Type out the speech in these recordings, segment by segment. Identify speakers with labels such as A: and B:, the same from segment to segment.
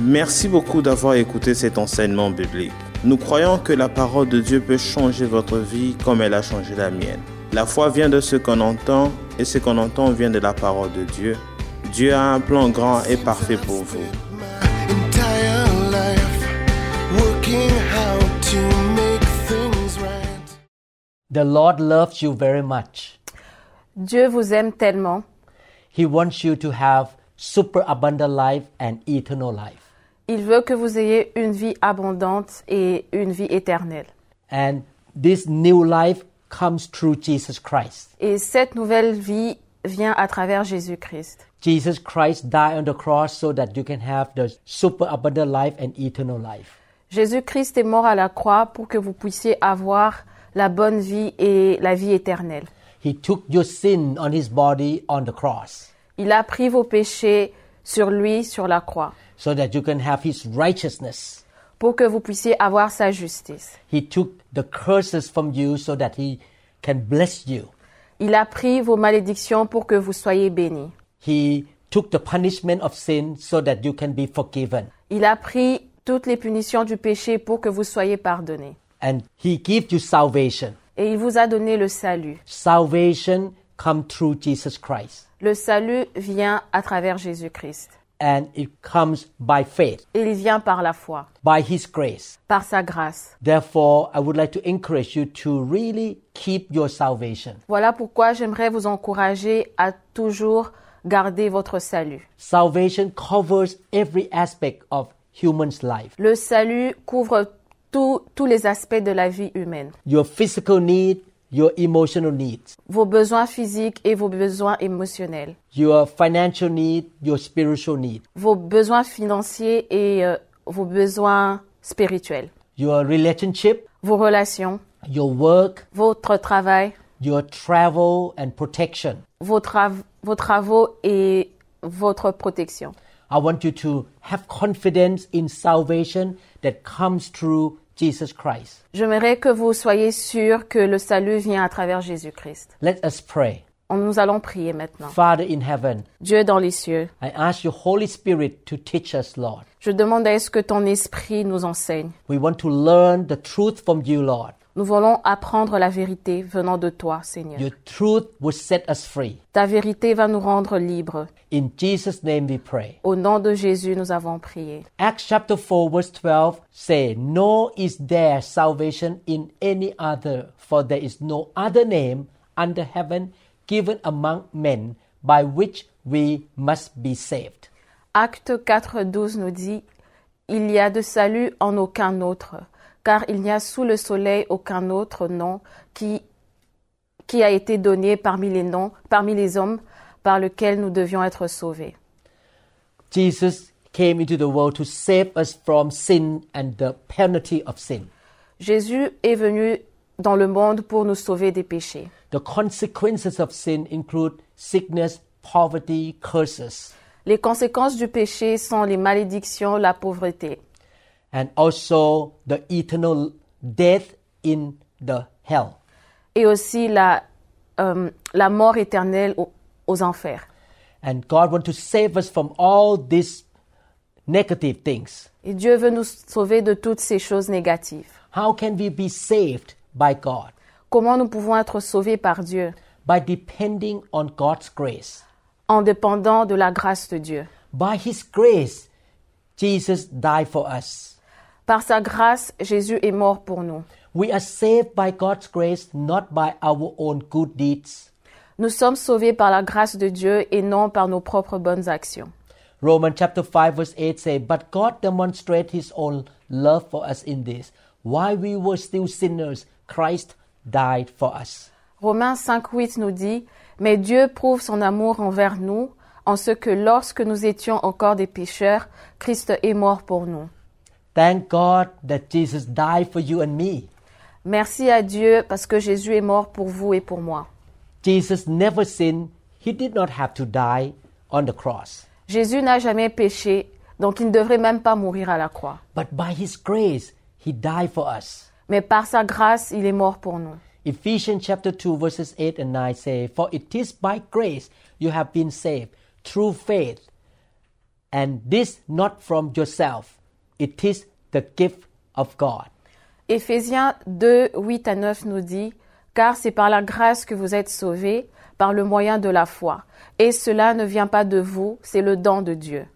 A: Merci beaucoup d'avoir écouté cet enseignement biblique. Nous croyons que la parole de Dieu peut changer votre vie comme elle a changé la mienne. La foi vient de ce qu'on entend et ce qu'on entend vient de la parole de Dieu. Dieu a un plan grand et parfait pour vous.
B: entire life working how to make things right.
C: The Lord loves you very much.
D: Dieu vous aime tellement.
C: He wants you to have super abundant life and eternal life.
D: Il veut que vous ayez une vie abondante et une vie éternelle.
C: And this new life comes through Jesus Christ.
D: Et cette nouvelle vie vient à travers Jésus-Christ.
C: Jesus Christ died on the cross so that you can have the super abundant life and eternal life.
D: Jésus-Christ est mort à la croix pour que vous puissiez avoir la bonne vie et la vie éternelle.
C: He took your sin on his body on the cross
D: Il a pris vos péchés sur lui, sur la croix,
C: so that you can have his righteousness.
D: pour que vous puissiez avoir sa justice.
C: He took the curses from you so that he can bless you.
D: Il a pris vos malédictions pour que vous soyez bénis.
C: He took the punishment of sin so that you can be forgiven.
D: Il a pris toutes les punitions du péché pour que vous soyez pardonnés.
C: And he gives you salvation.
D: Et il vous a donné le salut.
C: Salvation come through Jesus Christ.
D: Le salut vient à travers Jésus-Christ.
C: And it comes by faith,
D: Et il vient par la foi,
C: by his grace.
D: par sa grâce.
C: Therefore, I would like to encourage you to really keep your salvation.
D: Voilà pourquoi j'aimerais vous encourager à toujours garder votre salut.
C: Salvation covers every aspect of human's life.
D: Le salut couvre tout- tous les aspects de la vie humaine,
C: Your physical need, your emotional needs,
D: vos besoins physiques et vos besoins émotionnels,
C: your financial need, your spiritual need,
D: vos besoins financiers et euh, vos besoins spirituels,
C: your relationship,
D: vos relations,
C: your work,
D: votre travail,
C: your travel and protection.
D: vos, trav- vos travaux et votre protection.
C: I want you to have confidence in salvation that comes through Jesus Christ.
D: J'aimerais que vous soyez sûrs que le salut vient à travers Jésus-Christ.
C: Let us pray.
D: On- Nous allons prier maintenant.
C: Father in heaven,
D: Dieu dans les cieux,
C: I ask your Holy Spirit to teach us, Lord.
D: je demande à ce que ton esprit nous enseigne.
C: We want to learn the truth from you, Lord.
D: Nous voulons apprendre la vérité venant de toi, Seigneur.
C: Your truth will set us free.
D: Ta vérité va nous rendre libres.
C: In Jesus' name we pray.
D: Au nom de Jésus, nous avons prié.
C: Acts chapter 4, verse 12 say, Nor is there salvation in any other, for there is no other name under heaven given among men by which we must be saved.
D: Acte 4, 12 nous dit Il y a de salut en aucun autre, car il n'y a sous le soleil aucun autre nom qui, qui a été donné parmi les noms, parmi les hommes, par lequel nous devions être sauvés.
C: Jesus came into the world to save us from sin and the penalty of sin.
D: Jésus est venu dans le monde pour nous sauver des péchés.
C: The consequences of sin include sickness, poverty, curses,
D: Les conséquences du péché sont les malédictions, la pauvreté
C: and also the eternal death in the hell.
D: et aussi la, euh, la mort éternelle au- aux enfers.
C: And God wants to save us from all these negative things.
D: Et Dieu veut nous sauver de toutes ces choses négatives.
C: How can we be saved by God?
D: Comment nous pouvons être sauvés par Dieu
C: By depending on God's grace.
D: en dépendant de la grâce de Dieu.
C: By His grace, Jesus died for us.
D: Par sa grâce, Jésus est mort pour nous.
C: We are saved by God's grace, not by our own good deeds.
D: Nous sommes sauvés par la grâce de Dieu et non par nos propres bonnes actions.
C: Romans chapter 5 verse 8 say, But God demonstrates his own love for us in this. While we were still sinners, Christ died for us.
D: Romains 5.8 nous dit, Mais Dieu prouve son amour envers nous en ce que lorsque nous étions encore des pécheurs, Christ est mort pour nous.
C: Thank God that Jesus died for you and me.
D: Merci à Dieu parce que Jésus est mort pour vous et pour moi.
C: Jesus never sinned. He did not have to die on the cross.
D: Jésus n'a jamais péché, donc il ne devrait même pas mourir à la croix.
C: But by his grace, he died for us.
D: Mais par sa grâce, il est mort pour nous.
C: Ephesians chapter 2 verses 8 and 9 say, For it is by grace you have been saved through faith, and this not from yourself. It is the gift of God.
D: Éphésiens 2, 8 à 9 nous dit, Car c'est par la grâce que vous êtes sauvés, par le moyen de la foi. Et cela ne vient pas de vous, c'est le don de Dieu.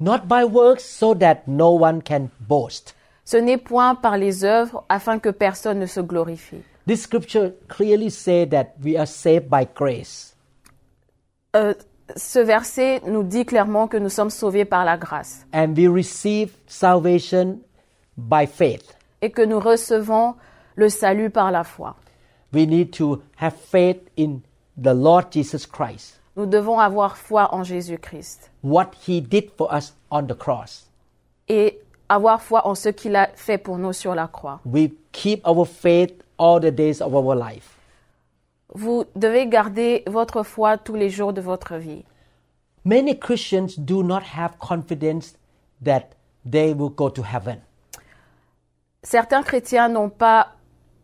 C: Not by works, so that no one can boast.
D: Ce n'est point par les œuvres afin que personne ne se glorifie.
C: This scripture clearly says that we are saved by grace.
D: Euh, ce verset nous dit clairement que nous sommes sauvés par la grâce
C: and we receive salvation by faith.
D: et que nous recevons le salut par la foi.
C: We need to have faith in the Lord Jesus Christ,
D: Nous devons avoir foi en Jésus-Christ
C: what he did for us on the cross.
D: et avoir foi en ce qu'il a fait pour nous sur la croix.
C: We keep our faith all the days of our life.
D: Vous devez garder votre foi tous les jours de votre vie.
C: Many Christians do not have confidence that they will go to heaven.
D: Certains chrétiens n'ont pas,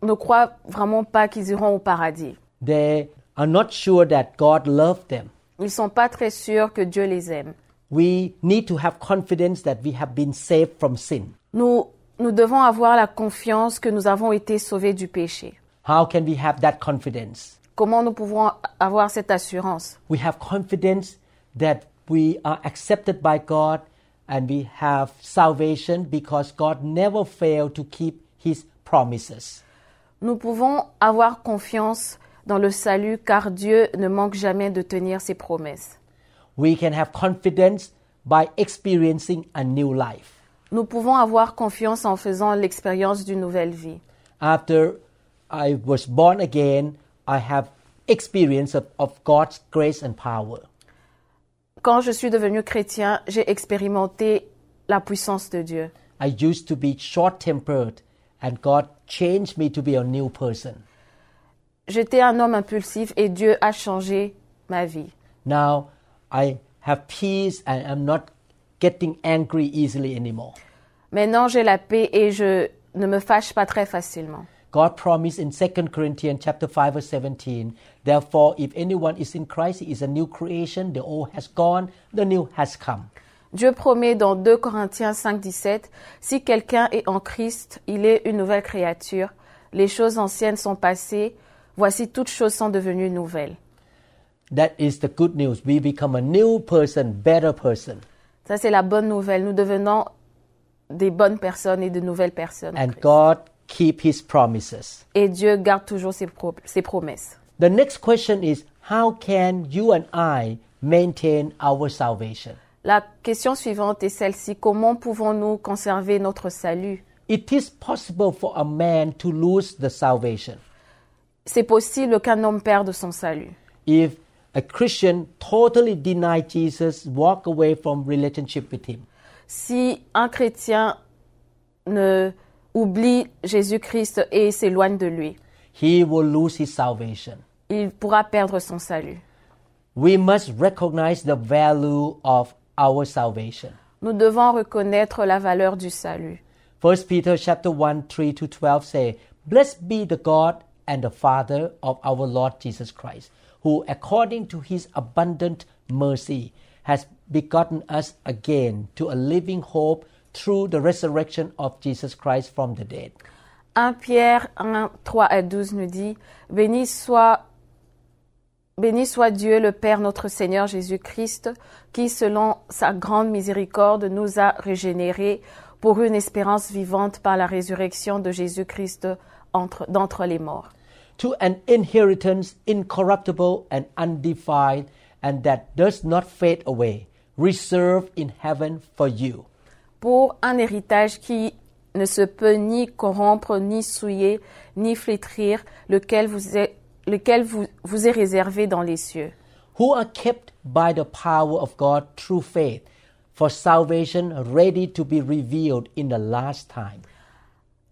D: ne croient vraiment pas qu'ils iront au paradis.
C: They are not sure that God loves them.
D: Ils ne sont pas très sûrs que Dieu les aime.
C: We need to have confidence that we have been saved from sin.
D: Nous, nous devons avoir la confiance que nous avons été sauvés du péché.
C: How can we have that confidence?
D: Comment nous pouvons avoir cette assurance
C: we have confidence that we are accepted by God and we have salvation because God never failed to keep his promises.
D: Nous pouvons avoir confiance dans le salut car Dieu ne manque jamais de tenir ses promesses.
C: We can have confidence by experiencing a new life.
D: Nous pouvons avoir confiance en faisant l'expérience d'une nouvelle vie.
C: After I was born again, I have experience of, of God's grace and power.
D: Quand je suis devenu chrétien, j'ai expérimenté la puissance de Dieu.
C: I used to be short tempered and God changed me to be a new person.
D: J'étais un homme impulsif et Dieu a changé ma vie.
C: Now I have peace and I'm not getting angry easily anymore.
D: Maintenant, j'ai la paix et je ne me fâche pas très facilement.
C: God promised in 2 Corinthians chapter 5 verse 17, therefore if anyone is in Christ, he is a new creation, the old has gone, the new has come.
D: Dieu promet dans 2 Corinthiens 5, 17, Si quelqu'un est en Christ, il est une nouvelle créature. Les choses anciennes sont passées, voici toutes choses sont devenues nouvelles.
C: That is the good news. We become a new person, better person.
D: Ça, c'est la bonne nouvelle. Nous devenons des bonnes personnes et de nouvelles personnes. en
C: And
D: Christ.
C: God keep his promises.
D: Et Dieu garde toujours ses, pro- ses promesses.
C: The next question is how can you and I maintain our salvation?
D: La question suivante est celle-ci. Comment pouvons-nous conserver notre salut
C: It is possible for a man to lose the salvation.
D: C'est possible qu'un homme perde son salut.
C: If a Christian totally deny Jesus, walk away from relationship with him.
D: si un chrétien ne oublie Jésus-Christ et s'éloigne de lui,
C: he will lose his salvation.
D: il pourra perdre son salut.
C: We must recognize the value of our salvation.
D: Nous devons reconnaître la valeur du salut.
C: 1 Peter chapter 1, 3 to 12 say, Blessed be the God and the Father of our Lord Jesus Christ, who according to his abundant mercy has begotten us again to a living hope through the resurrection of Jesus Christ from the dead.
D: 1 Pierre 1, 3 à 12 nous dit, Béni soit, béni soit Dieu le Père notre Seigneur Jésus-Christ, qui selon sa grande miséricorde nous a régénérés pour une espérance vivante par la résurrection de Jésus-Christ entre- d'entre les morts.
C: to an inheritance incorruptible and undefiled, and that does not fade away, reserved in heaven for you.
D: pour un héritage qui ne se peut ni corrompre, ni souiller, ni flétrir, lequel vous est, lequel vous, vous est réservé dans les cieux,
C: Who are kept by the power of God through faith for salvation ready to be revealed in the last time.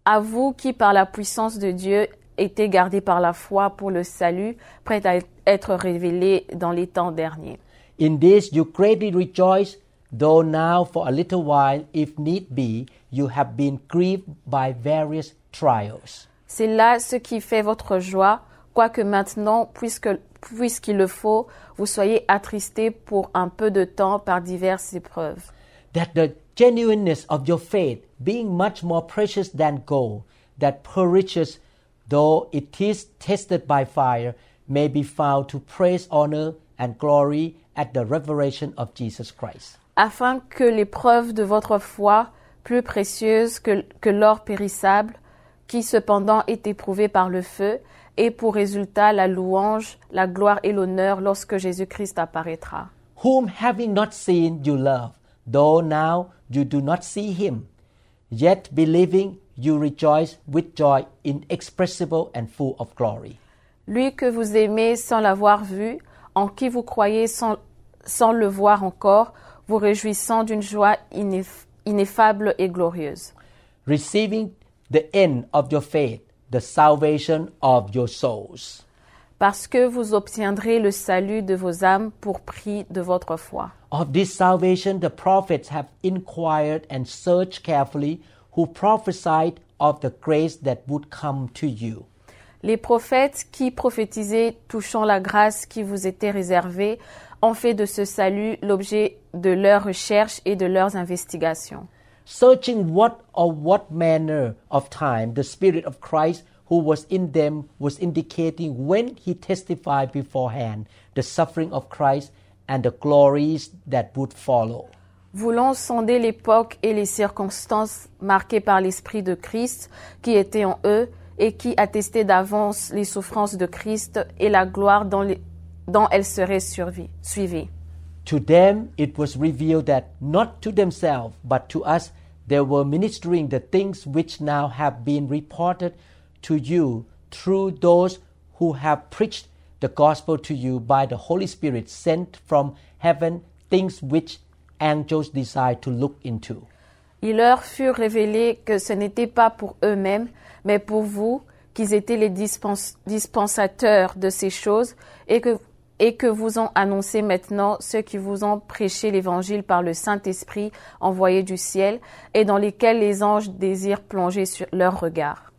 D: à vous qui par la puissance de Dieu étiez gardés par la foi pour le salut, prêt à être révélé dans les temps derniers.
C: In this you greatly rejoice, though now for a little while, if need be, you have been grieved by various trials.
D: C'est là ce qui fait votre joie quoique maintenant, puisque, puisqu'il le faut, vous soyez attristés pour un peu de temps par diverses épreuves.
C: that the genuineness of your faith, being much more precious than gold that perishes though it is tested by fire, may be found to praise, honor, and glory at the revelation of Jesus Christ.
D: afin que l'épreuve de votre foi, plus précieuse que, que l'or périssable, qui cependant est éprouvée par le feu, ait pour résultat la louange, la gloire et l'honneur lorsque Jésus-Christ apparaîtra.
C: Whom having not seen you love, though now you do not see him, yet believing you rejoice with joy inexpressible and full of glory.
D: Lui que vous aimez sans l'avoir vu, en qui vous croyez sans, sans le voir encore, vous réjouissant d'une joie inef- ineffable et glorieuse.
C: Receiving the end of your faith, the salvation of your souls.
D: Parce que vous obtiendrez le salut de vos âmes pour prix de votre foi.
C: Of this salvation, the prophets have inquired and searched carefully, who prophesied of the grace that would come to you,
D: Les prophètes qui prophétisaient touchant la grâce qui vous était réservée ont fait de ce salut l'objet de leurs recherches et de leurs investigations,
C: searching what or what manner of time the Spirit of Christ who was in them was indicating when he testified beforehand the suffering of Christ and the glories that would follow.
D: voulant sonder l'époque et les circonstances marquées par l'Esprit de Christ qui était en eux et qui attestaient d'avance les souffrances de Christ et la gloire dont, les- dont elles seraient survi- suivies.
C: To them it was revealed that not to themselves, but to us, they were ministering the things which now have been reported to you through those who have preached the gospel to you by the Holy Spirit sent from heaven, things which angels desire to look into.
D: Il leur fut révélé que ce n'était pas pour eux-mêmes, mais pour vous, qu'ils étaient les dispens- dispensateurs de ces choses, et que, et que vous ont annoncé maintenant ceux qui vous ont prêché l'évangile par le Saint-Esprit envoyé du ciel, et dans lesquels les anges désirent plonger sur leur regard.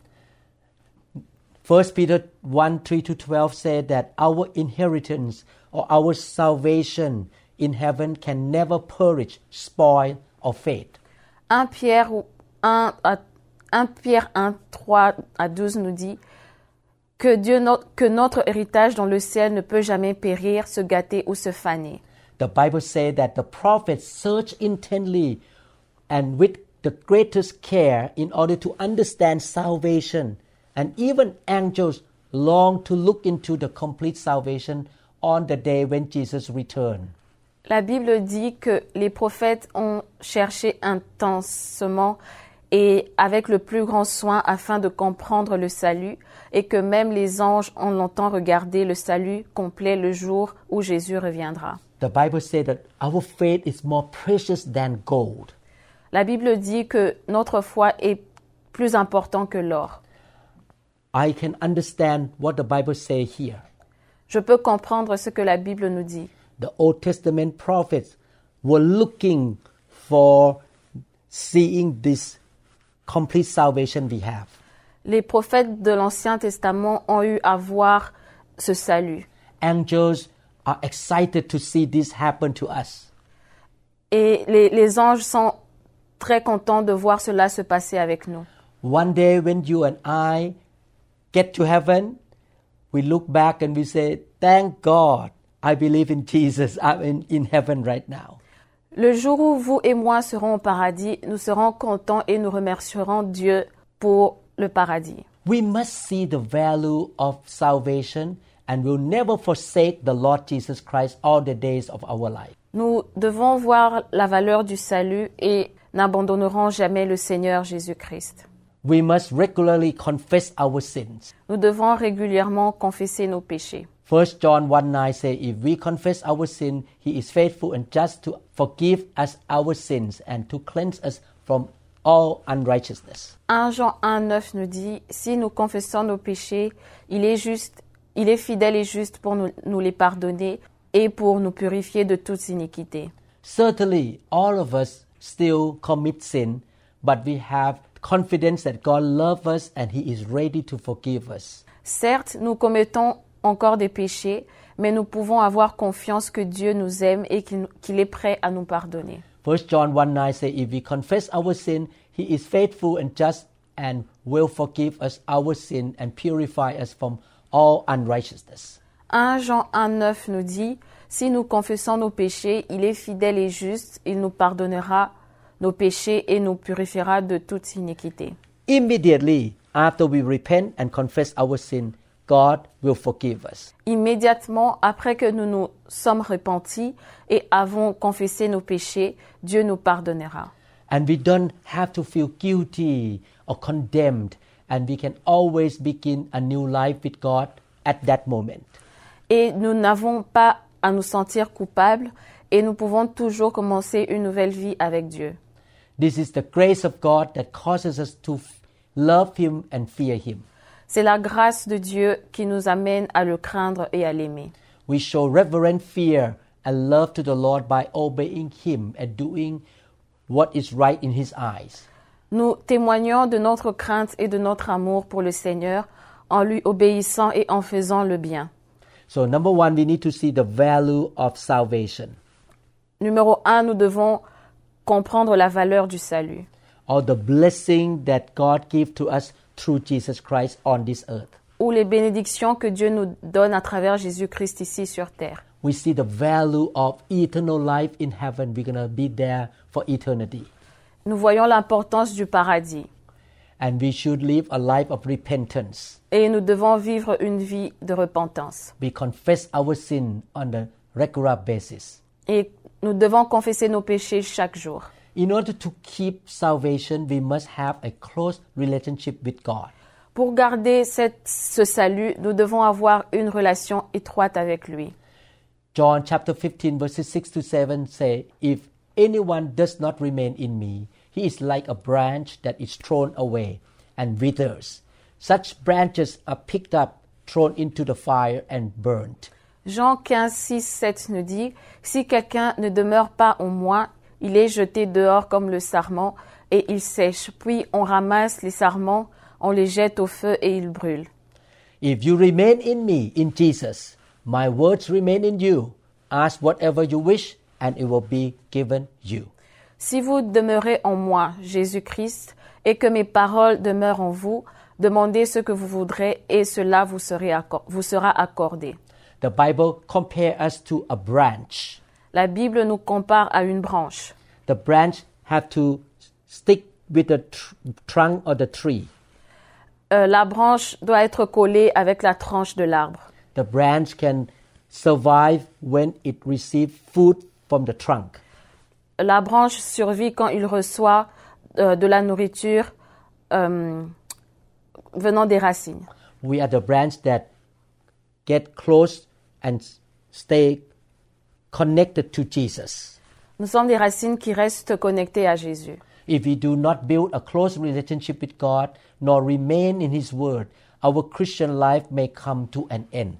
C: 1 Peter 1 3 to 12 said that our inheritance or our salvation in heaven can never perish, spoil, or fade.
D: 1 Pierre 1, à, 1 Pierre 1, 3 à 12 nous dit que, Dieu no- que notre héritage dans le ciel ne peut jamais périr, se gâter ou se faner.
C: The Bible says that the prophets searched intently and with the greatest care in order to understand salvation, and even angels long to look into the complete salvation on the day when Jesus returned.
D: La Bible dit que les prophètes ont cherché intensément et avec le plus grand soin afin de comprendre le salut et que même les anges ont longtemps regardé le salut complet le jour où Jésus reviendra.
C: The Bible says that our faith is more precious than gold.
D: La Bible dit que notre foi est plus important que l'or.
C: I can understand what the Bible says here.
D: Je peux comprendre ce que la Bible nous dit.
C: the Old Testament prophets were looking for seeing this complete salvation we have.
D: Les prophètes de l'Ancien Testament ont eu à voir ce salut.
C: Angels are excited to see this happen to us.
D: Et les, les anges sont très contents de voir cela se passer avec nous.
C: One day when you and I get to heaven, we look back and we say, Thank God, I believe in Jesus. I'm in, in heaven right now.
D: Le jour où vous et moi serons au paradis, nous serons contents et nous remercierons Dieu pour le paradis.
C: We must see the value of salvation and will never forsake the Lord Jesus Christ all the days of our life.
D: Nous devons voir la valeur du salut et n'abandonnerons jamais le Seigneur Jésus-Christ.
C: We must regularly confess our sins.
D: Nous devons régulièrement confesser nos péchés.
C: 1 John 1 9 says, If we confess our sin, he is faithful and just to forgive us our sins and to cleanse us from all unrighteousness.
D: 1 Jean 1, 9 nous dit, si nous confessons nos péchés, il est juste, il est fidèle et juste pour nous, nous les pardonner et pour nous purifier de toute iniquité.
C: Certainly, all of us still commit sin, but we have confidence that God loves us and he is ready to forgive us.
D: Certes, nous commettons encore des péchés, mais nous pouvons avoir confiance que Dieu nous aime et qu'il qu'il est prêt à nous pardonner.
C: 1 John 1 9 says, If we confess our sin, he is faithful and just and will forgive us our sin and purify us from all unrighteousness.
D: 1 Jean 1,9 nous dit Si nous confessons nos péchés, il est fidèle et juste, il nous pardonnera nos péchés et nous purifiera de toute iniquité.
C: Immediately after we repent and confess our sin, God will forgive us.
D: Immédiatement après que nous nous sommes repentis et avons confessé nos péchés, Dieu nous pardonnera.
C: And we don't have to feel guilty or condemned, and we can always begin a new life with God at that moment.
D: Et nous n'avons pas à nous sentir coupables et nous pouvons toujours commencer une nouvelle vie avec Dieu.
C: This is the grace of God that causes us to f- love Him and fear Him.
D: C'est la grâce de Dieu qui nous amène à le craindre et à l'aimer.
C: We show reverent fear and love to the Lord by obeying Him and doing what is right in His eyes.
D: Nous témoignons de notre crainte et de notre amour pour le Seigneur en lui obéissant et en faisant le bien.
C: So, number one, we need to see the value of salvation
D: Numéro un, nous devons comprendre la valeur du salut
C: or the blessing that God gives to us through Jesus Christ on this earth.
D: ou les bénédictions que Dieu nous donne à travers Jésus-Christ ici sur terre.
C: We see the value of eternal life in heaven. We're going to be there for eternity.
D: Nous voyons l'importance du paradis
C: And we should live a life of repentance.
D: et nous devons vivre une vie de repentance.
C: We confess our sin on a regular basis.
D: Et nous devons confesser nos péchés chaque jour.
C: In order to keep salvation, we must have a close relationship with God.
D: Pour garder cette- ce salut, nous devons avoir une relation étroite avec lui.
C: John chapter 15 verses 6 to 7 say, If anyone does not remain in me, he is like a branch that is thrown away and withers. Such branches are picked up, thrown into the fire and burnt.
D: Jean 15, 6, 7 nous dit, Si quelqu'un ne demeure pas en moi, il est jeté dehors comme le sarment, et il sèche. Puis on ramasse les sarments, on les jette au feu et ils brûlent.
C: If you remain in me, in Jesus, my words remain in you. Ask whatever you wish, and it will be given you.
D: Si vous demeurez en moi, Jésus-Christ, et que mes paroles demeurent en vous, demandez ce que vous voudrez, et cela vous, serez accor- vous sera accordé.
C: The Bible compares us to a branch.
D: La Bible nous compare à une branche.
C: The branch have to stick with the tr- trunk or the tree.
D: Euh, la branche doit être collée avec la tranche de l'arbre.
C: The branch can survive when it receives food from the trunk.
D: la branche survit quand il reçoit euh, de la nourriture euh, venant des racines.
C: We are the branch that get close and s- stay connected to Jesus.
D: Nous sommes des racines qui restent connectées à Jésus.
C: If we do not build a close relationship with God nor remain in His Word, our Christian life may come to an end.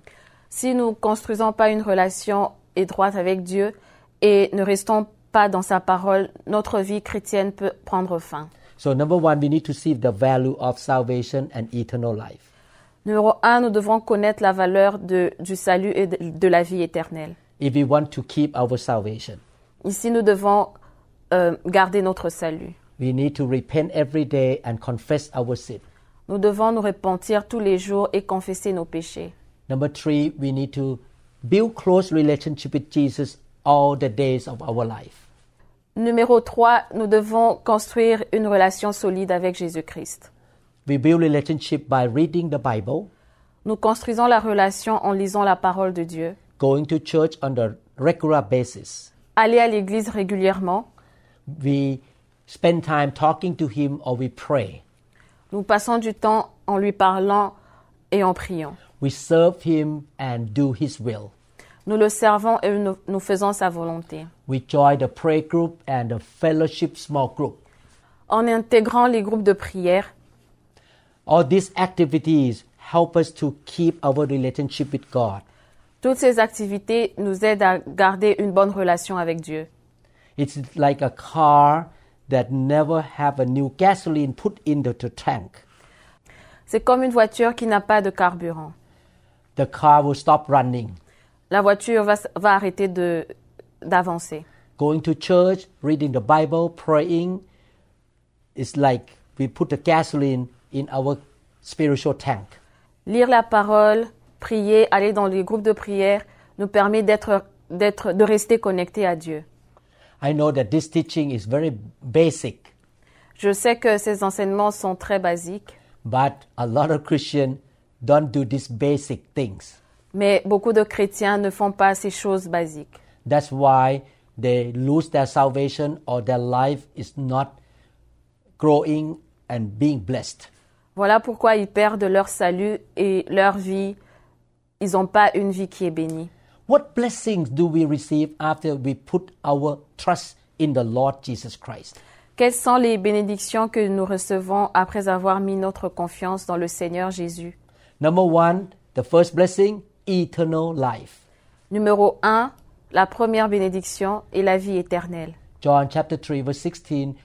D: Si nous ne construisons pas une relation étroite avec Dieu et ne restons pas dans sa parole, notre vie chrétienne peut prendre fin.
C: So, number one, we need to see the value of salvation and eternal life.
D: Numéro un, nous devons connaître la valeur de- du salut et de, de la vie éternelle.
C: If we want to keep our salvation,
D: Ici, nous devons euh, garder notre salut.
C: we need to repent every day and confess our sin.
D: Nous devons nous repentir tous les jours et confesser nos péchés.
C: Number three, we need to build close relationship with Jesus all the days of our life.
D: Numéro 3, nous devons construire une relation solide avec Jésus-Christ.
C: We build relationship by reading the Bible,
D: Nous construisons la relation en lisant la parole de Dieu,
C: going to church on a regular basis.
D: aller à l'église régulièrement,
C: We spend time talking to Him or we pray.
D: nous passons du temps en lui parlant et en priant.
C: We serve Him and do His will.
D: Nous le servons et nous, nous faisons sa volonté.
C: We join the prayer group and the fellowship small group.
D: En intégrant les groupes de prière,
C: All these activities help us to keep our relationship with God.
D: toutes ces activités nous aident à garder une bonne relation avec Dieu.
C: It's like a car that never have a new gasoline put into the tank.
D: C'est comme une voiture qui n'a pas de carburant.
C: The car will stop running.
D: La voiture va, s- va arrêter de- d'avancer.
C: Going to church, reading the Bible, praying is like we put the gasoline in our spiritual tank.
D: Lire la parole, prier, aller dans les groupes de prière nous permet d'être, d'être, de rester connecté à Dieu.
C: I know that this teaching is very basic,
D: Je sais que ces enseignements sont très basiques,
C: but a lot of Christians don't do these basic things.
D: mais beaucoup de chrétiens ne font pas ces choses basiques.
C: That's why they lose their salvation or their life is not growing and being blessed.
D: Voilà pourquoi ils perdent leur salut et leur vie. Ils n'ont pas une vie qui est bénie.
C: What blessings do we receive after we put our trust in the Lord Jesus Christ?
D: Quelles sont les bénédictions que nous recevons après avoir mis notre confiance dans le Seigneur Jésus
C: Number one, the first blessing, eternal life.
D: Numéro 1, la première bénédiction est la vie éternelle.
C: John chapter 3, verse 16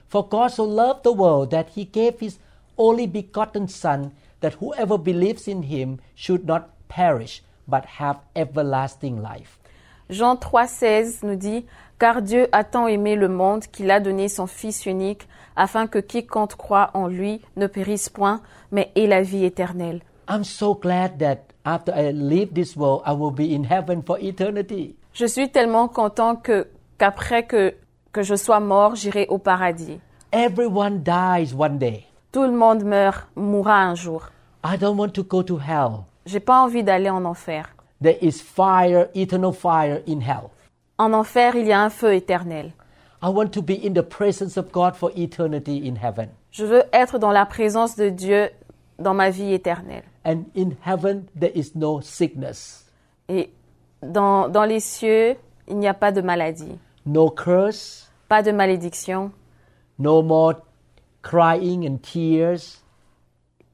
C: For God so loved the world that he gave his only begotten Son, that whoever believes in him should not perish, but have everlasting life.
D: Jean 3,16 nous dit Car Dieu a tant aimé le monde qu'il a donné son Fils unique, afin que quiconque croit en lui ne périsse point, mais ait la vie éternelle.
C: I'm so glad that after I leave this world, I will be in heaven for eternity.
D: Je suis tellement content que, qu'après que, que je sois mort, j'irai au paradis.
C: Everyone dies one day.
D: Tout le monde meurt, mourra un jour.
C: I don't want to go to hell.
D: J'ai pas envie d'aller en enfer.
C: There is fire, eternal fire in hell.
D: En enfer, il y a un feu éternel.
C: I want to be in the presence of God for eternity in heaven.
D: Je veux être dans la présence de Dieu dans ma vie éternelle.
C: And in heaven, there is no sickness,
D: Et dans, dans les cieux, il n'y a pas de maladie,
C: no curse,
D: pas de malédiction.
C: no more crying and tears,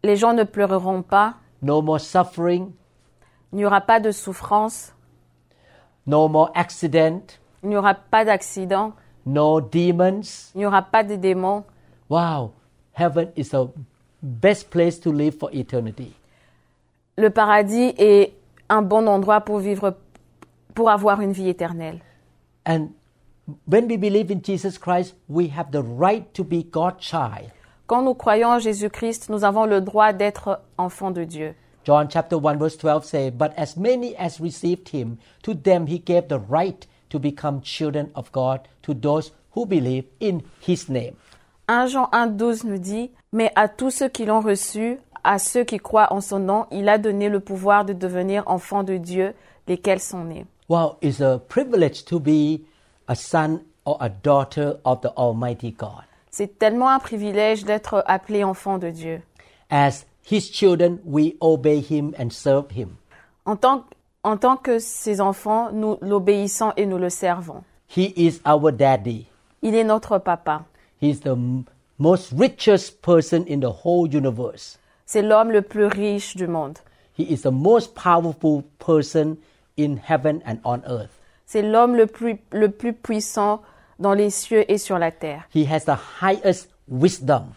D: Les gens ne pleureront pas,
C: no more suffering,
D: il n'y aura pas de souffrance,
C: no more accident,
D: il n'y aura pas d'accident,
C: no demons.
D: il n'y aura pas de démons.
C: Wow, heaven is the best place to live for eternity.
D: Le paradis est un bon endroit pour vivre, pour avoir une vie éternelle.
C: And when we believe in Jesus Christ, we have the right to be God's child.
D: Quand nous croyons en Jésus-Christ, nous avons le droit d'être enfants de Dieu.
C: John chapter 1 verse 12 says, But as many as received him, to them he gave the right to become children of God, to those who believe in his name.
D: 1 Jean 1,12 nous dit Mais à tous ceux qui l'ont reçu, à ceux qui croient en son nom, il a donné le pouvoir de devenir enfants de Dieu, lesquels sont nés.
C: Wow, it's a privilege to be a son or a daughter of the Almighty God.
D: C'est tellement un privilège d'être appelé enfant de Dieu.
C: As his children, we obey him and serve him.
D: En tant, en tant que ses enfants, nous l'obéissons et nous le servons.
C: He is our daddy.
D: Il est notre papa.
C: He is the m- most richest person in the whole universe.
D: C'est l'homme le plus riche du monde.
C: He is the most powerful person in heaven and on earth.
D: C'est l'homme le plus, le plus puissant dans les cieux et sur la terre.
C: He has the highest wisdom.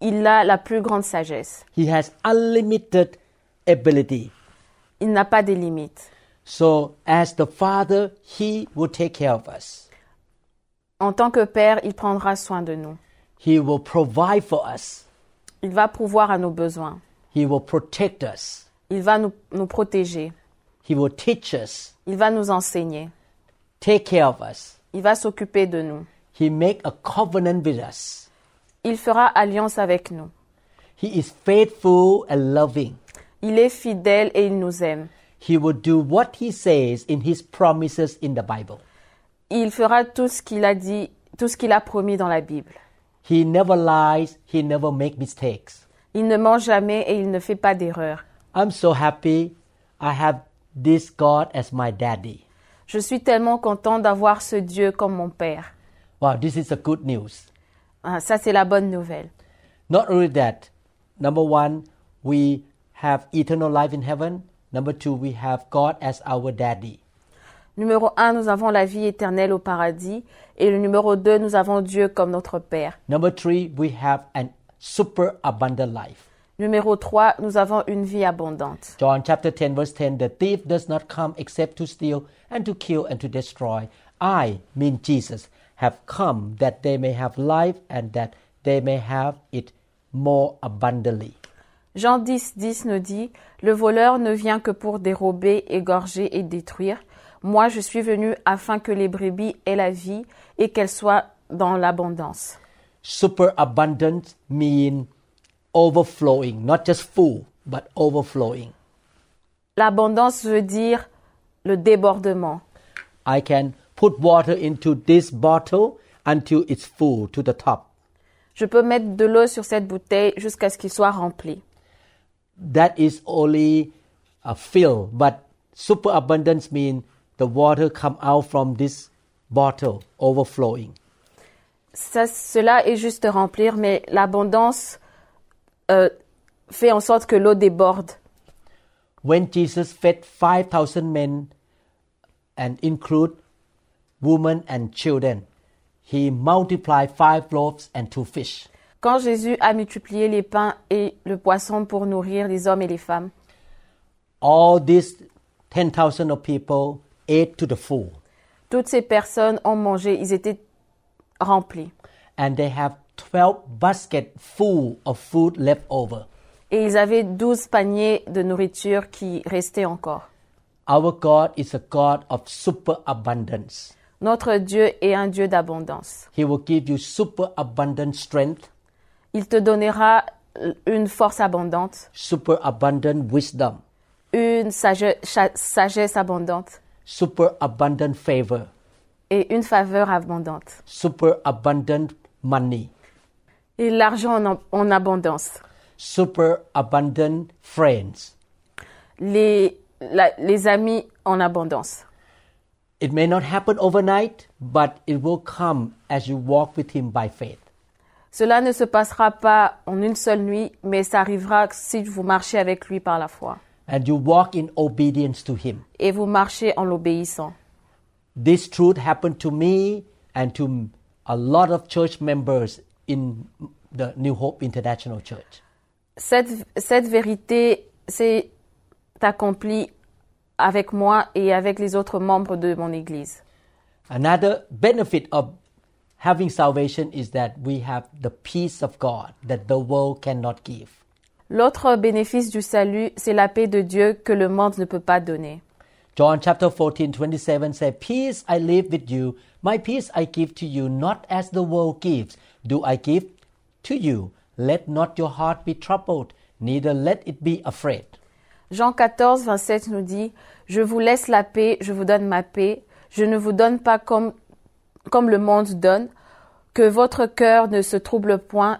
D: Il a la plus grande sagesse.
C: He has unlimited ability.
D: Il n'a pas des limites.
C: So, as the Father, He will take care of us.
D: En tant que Père, il prendra soin de nous.
C: He will provide for us.
D: Il va pourvoir à nos besoins.
C: He will protect us.
D: Il va nous, nous protéger.
C: He will teach us,
D: Il va nous enseigner.
C: take care of us.
D: Il va s'occuper de nous.
C: He make a covenant with us.
D: Il fera alliance avec nous.
C: He is faithful and loving.
D: Il est fidèle et il nous aime.
C: He will do what he says in his promises in the Bible.
D: Il fera tout ce qu'il a dit, tout ce qu'il a promis dans la Bible.
C: He never lies, he never make mistakes.
D: Il ne ment jamais et il ne fait pas d'erreur.
C: I'm so happy I have this God as my daddy.
D: Je suis tellement content d'avoir ce Dieu comme mon Père.
C: Wow, this is a good news.
D: Ah, Ça, c'est la bonne nouvelle.
C: Not only that, number one, we have eternal life in heaven. Number two, we have God as our daddy.
D: Numéro 1, nous avons la vie éternelle au paradis. Et le numéro 2, nous avons Dieu comme notre Père.
C: Number three, we have an super abundant life.
D: Numéro 3, nous avons une vie abondante.
C: John chapter 10 verse 10 The thief does not come except to steal and to kill and to destroy. I, mean Jesus, have come that they may have life and that they may have it more abundantly.
D: Jean 10, 10 nous dit, Le voleur ne vient que pour dérober, égorger et détruire. Moi, je suis venu afin que les brebis aient la vie et qu'elles soient dans l'abondance.
C: Superabundant mean overflowing, not just full, but overflowing.
D: L'abondance veut dire le débordement.
C: I can put water into this bottle until it's full to the top.
D: Je peux mettre de l'eau sur cette bouteille jusqu'à ce qu'il soit rempli.
C: That is only a fill, but superabundance means the water come out from this bottle overflowing.
D: Ça, cela est juste de remplir, mais l'abondance euh, fait en sorte que l'eau déborde.
C: When Jesus fed 5,000 men and include women and children, he multiplied five loaves and two fish.
D: Quand Jésus a multiplié les pains et le poisson pour nourrir les hommes et les femmes,
C: All these 10,000 of people ate to the full.
D: toutes ces personnes ont mangé, ils étaient remplis.
C: and they have 12 basket full of food left over.
D: Et ils avaient douze paniers de nourriture qui restaient encore.
C: Our God is a God of superabundance.
D: Notre Dieu est un Dieu d'abondance.
C: He will give you superabundant strength,
D: Il te donnera une force abondante,
C: superabundant wisdom,
D: une sage- cha- sagesse abondante
C: superabundant favor,
D: et une faveur abondante.
C: superabundant money,
D: Et l'argent en, ab- en abondance.
C: superabundant friends.
D: Les, la- les amis en abondance.
C: It may not happen overnight, but it will come as you walk with Him by faith.
D: Cela ne se passera pas en une seule nuit, mais ça arrivera si vous marchez avec lui par la foi
C: And you walk in obedience to Him.
D: et vous marchez en l'obéissant.
C: This truth happened to me and to a lot of church members in the New Hope International Church.
D: Cette, cette vérité s'est accomplie avec moi et avec les autres membres de mon Église.
C: Another benefit of having salvation is that we have the peace of God that the world cannot give.
D: L'autre bénéfice du salut, c'est la paix de Dieu que le monde ne peut pas donner.
C: John chapter 14, 27 says, Peace I leave with you, my peace I give to you, not as the world gives, do I give to you. Let not your heart be troubled, neither let it be afraid.
D: Jean 14, 27 nous dit, Je vous laisse la paix, je vous donne ma paix, je ne vous donne pas comme, comme le monde donne, que votre cœur ne se trouble point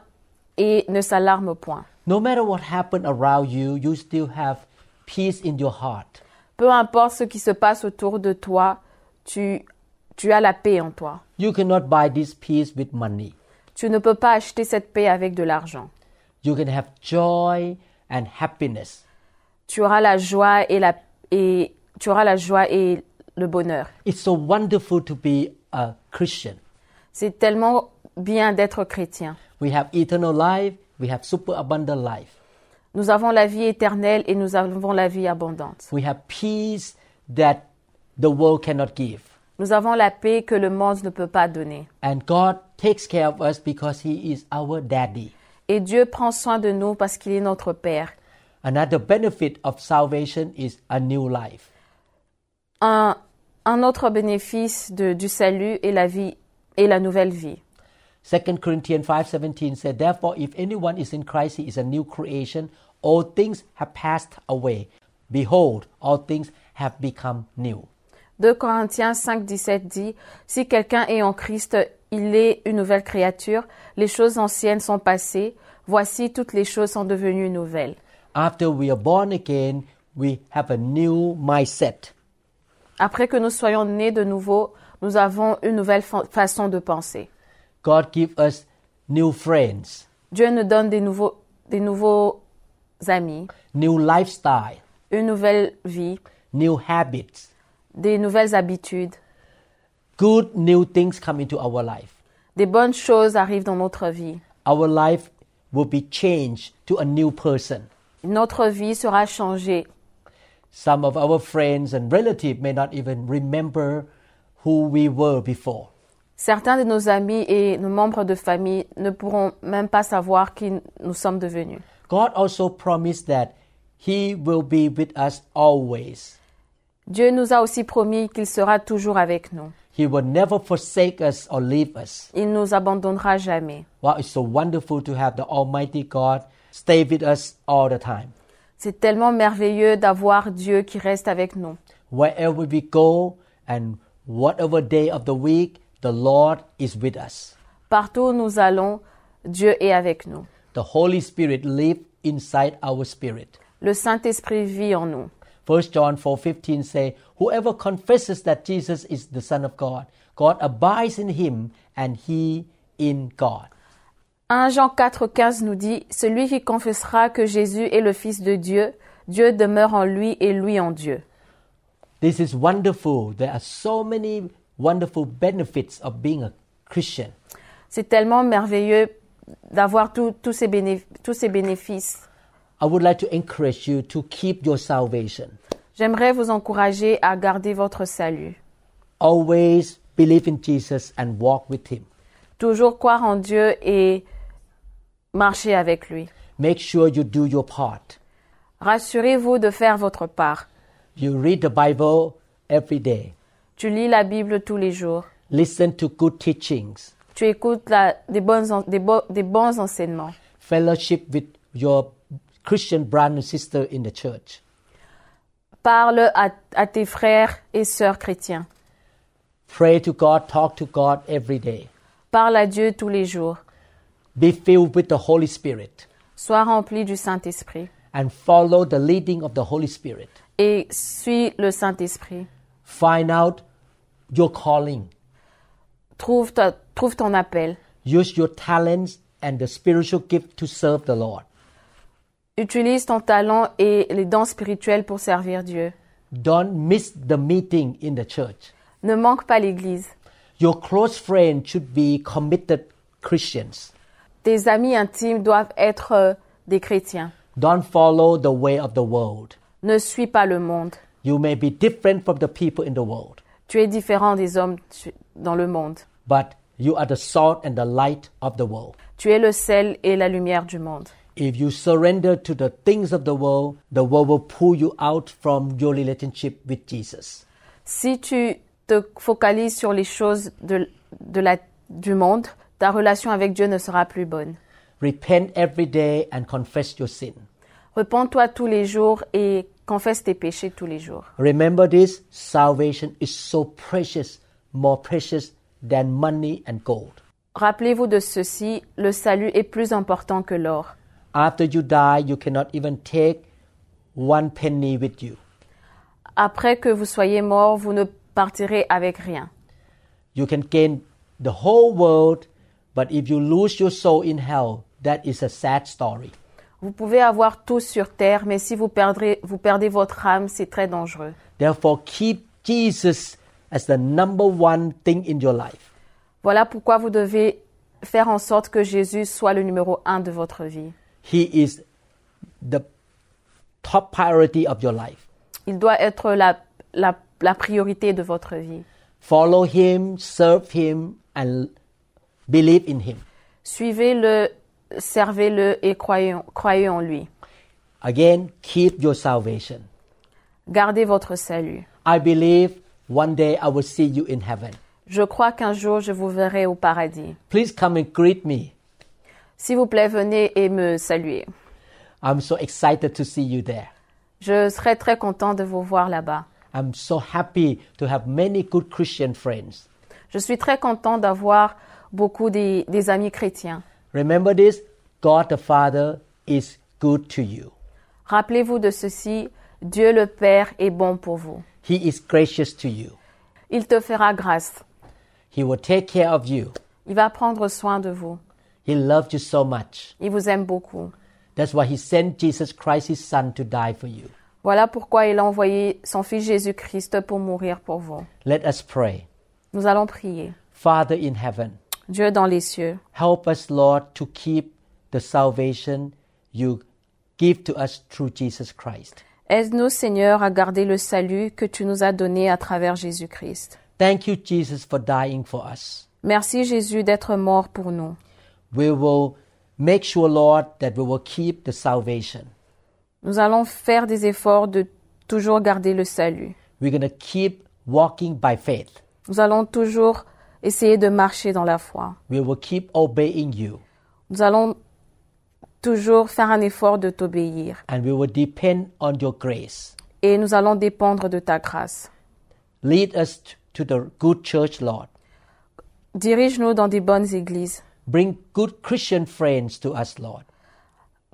D: et ne s'alarme point.
C: No matter what happened around you, you still have peace in your heart.
D: Peu importe ce qui se passe autour de toi, tu, tu as la paix en toi.
C: You cannot buy this peace with money.
D: Tu ne peux pas acheter cette paix avec de l'argent.
C: You can have joy and happiness.
D: Tu auras la joie et la, et, tu auras la joie et le bonheur.
C: It's so wonderful to be a Christian.
D: C'est tellement bien d'être chrétien.
C: We have eternal life, we have superabundant life.
D: Nous avons la vie éternelle et nous avons la vie abondante.
C: We have peace that the world cannot give.
D: Nous avons la paix que le monde ne peut pas donner.
C: And God takes care of us because He is our daddy.
D: Et Dieu prend soin de nous parce qu'il est notre Père.
C: Another benefit of salvation is a new life.
D: Un, un autre bénéfice de- du salut est la vie et la nouvelle vie.
C: 2 Corinthians 5:17 said, "Therefore if anyone is in Christ, he is a new creation; all things have passed away; behold, all things have become new."
D: 2 Corinthiens 5, 17 dit, Si quelqu'un est en Christ, il est une nouvelle créature, les choses anciennes sont passées, voici toutes les choses sont devenues nouvelles.
C: After we are born again, we have a new mindset.
D: Après que nous soyons nés de nouveau, nous avons une nouvelle fa- façon de penser.
C: God give us new friends,
D: Dieu nous donne des nouveaux, des nouveaux amis,
C: new lifestyle,
D: une nouvelle vie,
C: new habits.
D: des nouvelles habitudes.
C: Good new things come into our life.
D: Des bonnes choses arrivent dans notre vie.
C: Our life will be changed to a new person.
D: Notre vie sera changée.
C: Some of our friends and relatives may not even remember who we were before.
D: Certains de nos amis et nos membres de famille ne pourront même pas savoir qui nous sommes devenus.
C: God also promised that He will be with us always.
D: Dieu nous a aussi promis qu'il sera toujours avec nous.
C: He will never forsake us or leave us.
D: Il ne nous abandonnera jamais.
C: Wow, it's so wonderful to have the Almighty God stay with us all the time.
D: C'est tellement merveilleux d'avoir Dieu qui reste avec nous.
C: Wherever we go and whatever day of the week, the Lord is with us.
D: Partout où nous allons, Dieu est avec nous.
C: The Holy Spirit lives inside our spirit.
D: Le Saint-Esprit vit en nous.
C: 1 John 4:15 say, "Whoever confesses that Jesus is the Son of God, God abides in him and he in God."
D: 1 Jean 4,15 nous dit Celui qui confessera que Jésus est le Fils de Dieu, Dieu demeure en lui et lui en Dieu.
C: This is wonderful. There are so many wonderful benefits of being a Christian.
D: C'est tellement merveilleux d'avoir tout- tous ces béné- tous ces bénéfices.
C: I would like to encourage you to keep your salvation.
D: J'aimerais vous encourager à garder votre salut.
C: Always believe in Jesus and walk with him.
D: Toujours croire en Dieu et marcher avec lui.
C: Make sure you do your part.
D: Rassurez-vous de faire votre part.
C: You read the Bible every day.
D: Tu lis la Bible tous les jours.
C: Listen to good teachings.
D: Tu écoutes la- des, bonnes en- des bo- des bons enseignements.
C: Fellowship with your Christian brother and sister in the church.
D: Parle à- à tes frères et sœurs chrétiens.
C: Pray to God, talk to God every day.
D: Parle à Dieu tous les jours.
C: Be filled with the Holy Spirit
D: Sois rempli du Saint-Esprit
C: and follow the leading of the Holy Spirit.
D: et suis le Saint-Esprit.
C: Find out your calling.
D: Trouve, ta- trouve ton appel.
C: Use your talents and the spiritual gift to serve the Lord.
D: Utilise ton talent et les dons spirituels pour servir Dieu.
C: Don't miss the meeting in the church.
D: Ne manque pas l'Église.
C: Your close friends should be committed Christians.
D: Tes amis intimes doivent être euh, des chrétiens.
C: Don't follow the way of the world.
D: Ne suis pas le monde.
C: You may be different from the people in the world,
D: Tu es différent des hommes tu- dans le monde.
C: but you are the salt and the light of the world.
D: Tu es le sel et la lumière du monde.
C: If you surrender to the things of the world, the world will pull you out from your relationship with Jesus.
D: Si tu te focalises sur les choses de- de la- du monde, ta relation avec Dieu ne sera plus bonne.
C: Repent every day and confess your sin.
D: Repends-toi tous les jours et confesse tes péchés tous les jours.
C: Remember this salvation is so precious, more precious than money and gold.
D: Rappelez-vous de ceci, le salut est plus important que l'or.
C: After you die, you cannot even take one penny with you.
D: Après que vous soyez mort, vous ne partirez avec rien.
C: You can gain the whole world, but if you lose your soul in hell, that is a sad story.
D: Vous pouvez avoir tout sur terre, mais si vous perdrez- vous perdez votre âme, c'est très dangereux.
C: Therefore, keep Jesus as the number one thing in your life.
D: Voilà pourquoi vous devez faire en sorte que Jésus soit le numéro un de votre vie.
C: He is the top priority of your life.
D: Il doit être la, la- la priorité de votre vie.
C: Follow Him, serve Him, and believe in Him.
D: Suivez-le, servez-le et croyez en- croyez en lui.
C: Again, keep your salvation.
D: Gardez votre salut.
C: I believe one day I will see you in heaven.
D: Je crois qu'un jour je vous verrai au paradis.
C: Please come and greet me.
D: S'il vous plaît, venez et me saluer.
C: I'm so excited to see you there.
D: Je serai très content de vous voir là-bas.
C: I'm so happy to have many good Christian friends.
D: Je suis très content d'avoir beaucoup des, des amis chrétiens.
C: Remember this God the Father is good to you,
D: Rappelez-vous de ceci, Dieu le Père est bon pour vous.
C: He is gracious to you,
D: Il te fera grâce.
C: He will take care of you.
D: Il va prendre soin de vous.
C: He loved you so much.
D: Il vous aime beaucoup.
C: That's why He sent Jesus Christ, His Son, to die for you.
D: Voilà pourquoi il a envoyé son Fils Jésus-Christ pour mourir pour vous.
C: Let us pray.
D: Nous allons prier.
C: Father in heaven,
D: Dieu dans les cieux,
C: help us, Lord, to keep the salvation you give to us through Jesus Christ.
D: Aide-nous, Seigneur, à garder le salut que tu nous as donné à travers Jésus-Christ.
C: Thank you, Jesus, for dying for us.
D: Merci, Jésus, d'être mort pour nous.
C: We will make sure, Lord, that we will keep the salvation.
D: Nous allons faire des efforts de toujours garder le salut.
C: We're going to keep walking by faith.
D: Nous allons toujours essayer de marcher dans la foi.
C: We will keep obeying you.
D: Nous allons toujours faire un effort de t'obéir.
C: And we will depend on your grace.
D: Et nous allons dépendre de ta grâce.
C: Lead us t- to the good church, Lord.
D: Dirige-nous dans des bonnes églises.
C: Bring good Christian friends to us, Lord.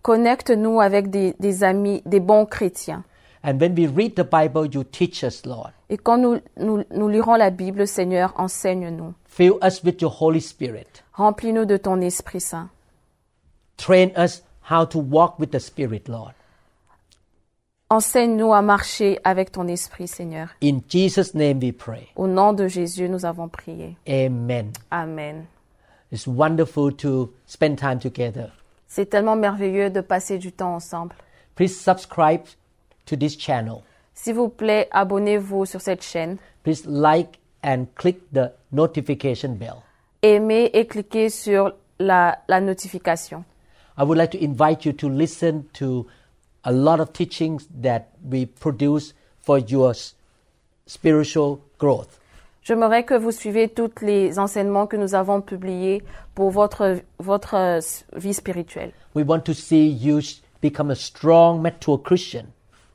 D: Connecte-nous avec des, des amis, des bons chrétiens.
C: And when we read the Bible, you teach us, Lord.
D: Et quand nous, nous, nous lirons la Bible, Seigneur, enseigne-nous.
C: Fill us with your Holy Spirit.
D: Remplis-nous de ton Esprit Saint.
C: Train us how to walk with the Spirit, Lord.
D: Enseigne-nous à marcher avec ton Esprit, Seigneur.
C: In Jesus' name we pray.
D: Au nom de Jésus, nous avons prié.
C: Amen.
D: Amen.
C: It's wonderful to spend time together.
D: C'est tellement merveilleux de passer du temps ensemble.
C: Please subscribe to this channel.
D: S'il vous plaît, abonnez-vous sur cette chaîne,
C: Please like and click the notification bell.
D: aimez et cliquez sur la, la notification.
C: I would like to invite you to listen to a lot of teachings that we produce for your s- spiritual growth.
D: J'aimerais que vous suivez tous les enseignements que nous avons publiés pour votre, votre euh, vie spirituelle.
C: We want to see you sh- become a strong, mature Christian.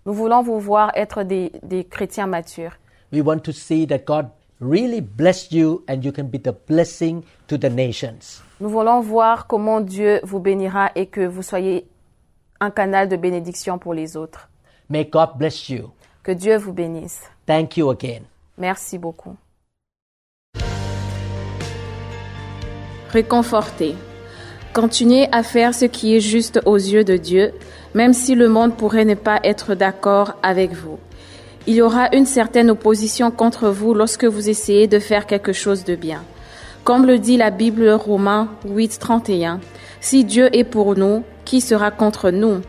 D: Nous voulons vous voir être des, des chrétiens matures.
C: We want to see that God really blessed you and you can be the blessing to the nations.
D: Nous voulons voir comment Dieu vous bénira et que vous soyez un canal de bénédiction pour les autres.
C: May God bless you.
D: Que Dieu vous bénisse.
C: Thank you again.
D: Merci beaucoup. Réconforter. Continuez à faire ce qui est juste aux yeux de Dieu, même si le monde pourrait ne pas être d'accord avec vous. Il y aura une certaine opposition contre vous lorsque vous essayez de faire quelque chose de bien. Comme le dit la Bible Romains 8, 31, si Dieu est pour nous, qui sera contre nous?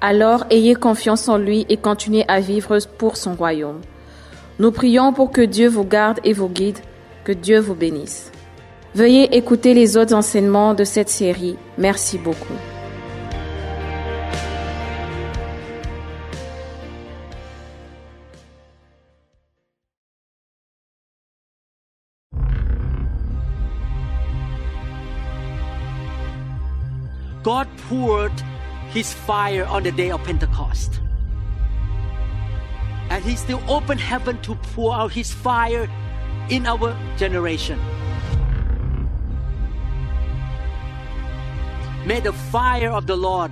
D: Alors ayez confiance en lui et continuez à vivre pour son royaume. Nous prions pour que Dieu vous garde et vous guide, que Dieu vous bénisse. Veuillez écouter les autres enseignements de cette série. Merci beaucoup.
E: God poured his fire on the day of Pentecost. And he still opened heaven to pour out his fire in our generation. May the fire of the Lord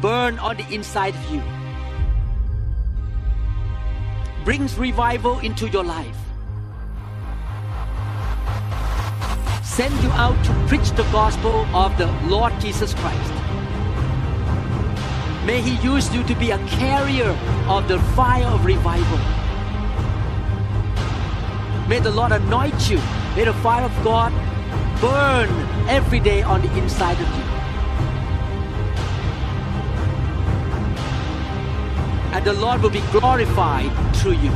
E: burn on the inside of you. Brings revival into your life. send you out to preach the gospel of the Lord Jesus Christ. May He use you to be a carrier of the fire of revival. May the Lord anoint you. May the fire of God burn every day on the inside of you. And the Lord will be glorified through you.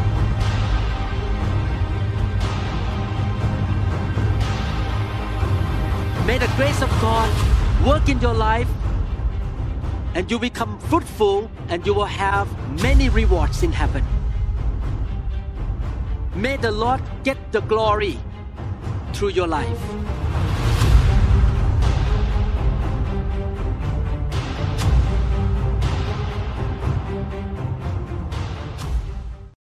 E: May the grace of God work in your life and you become fruitful and you will have many rewards in heaven. May the Lord get the glory through your life.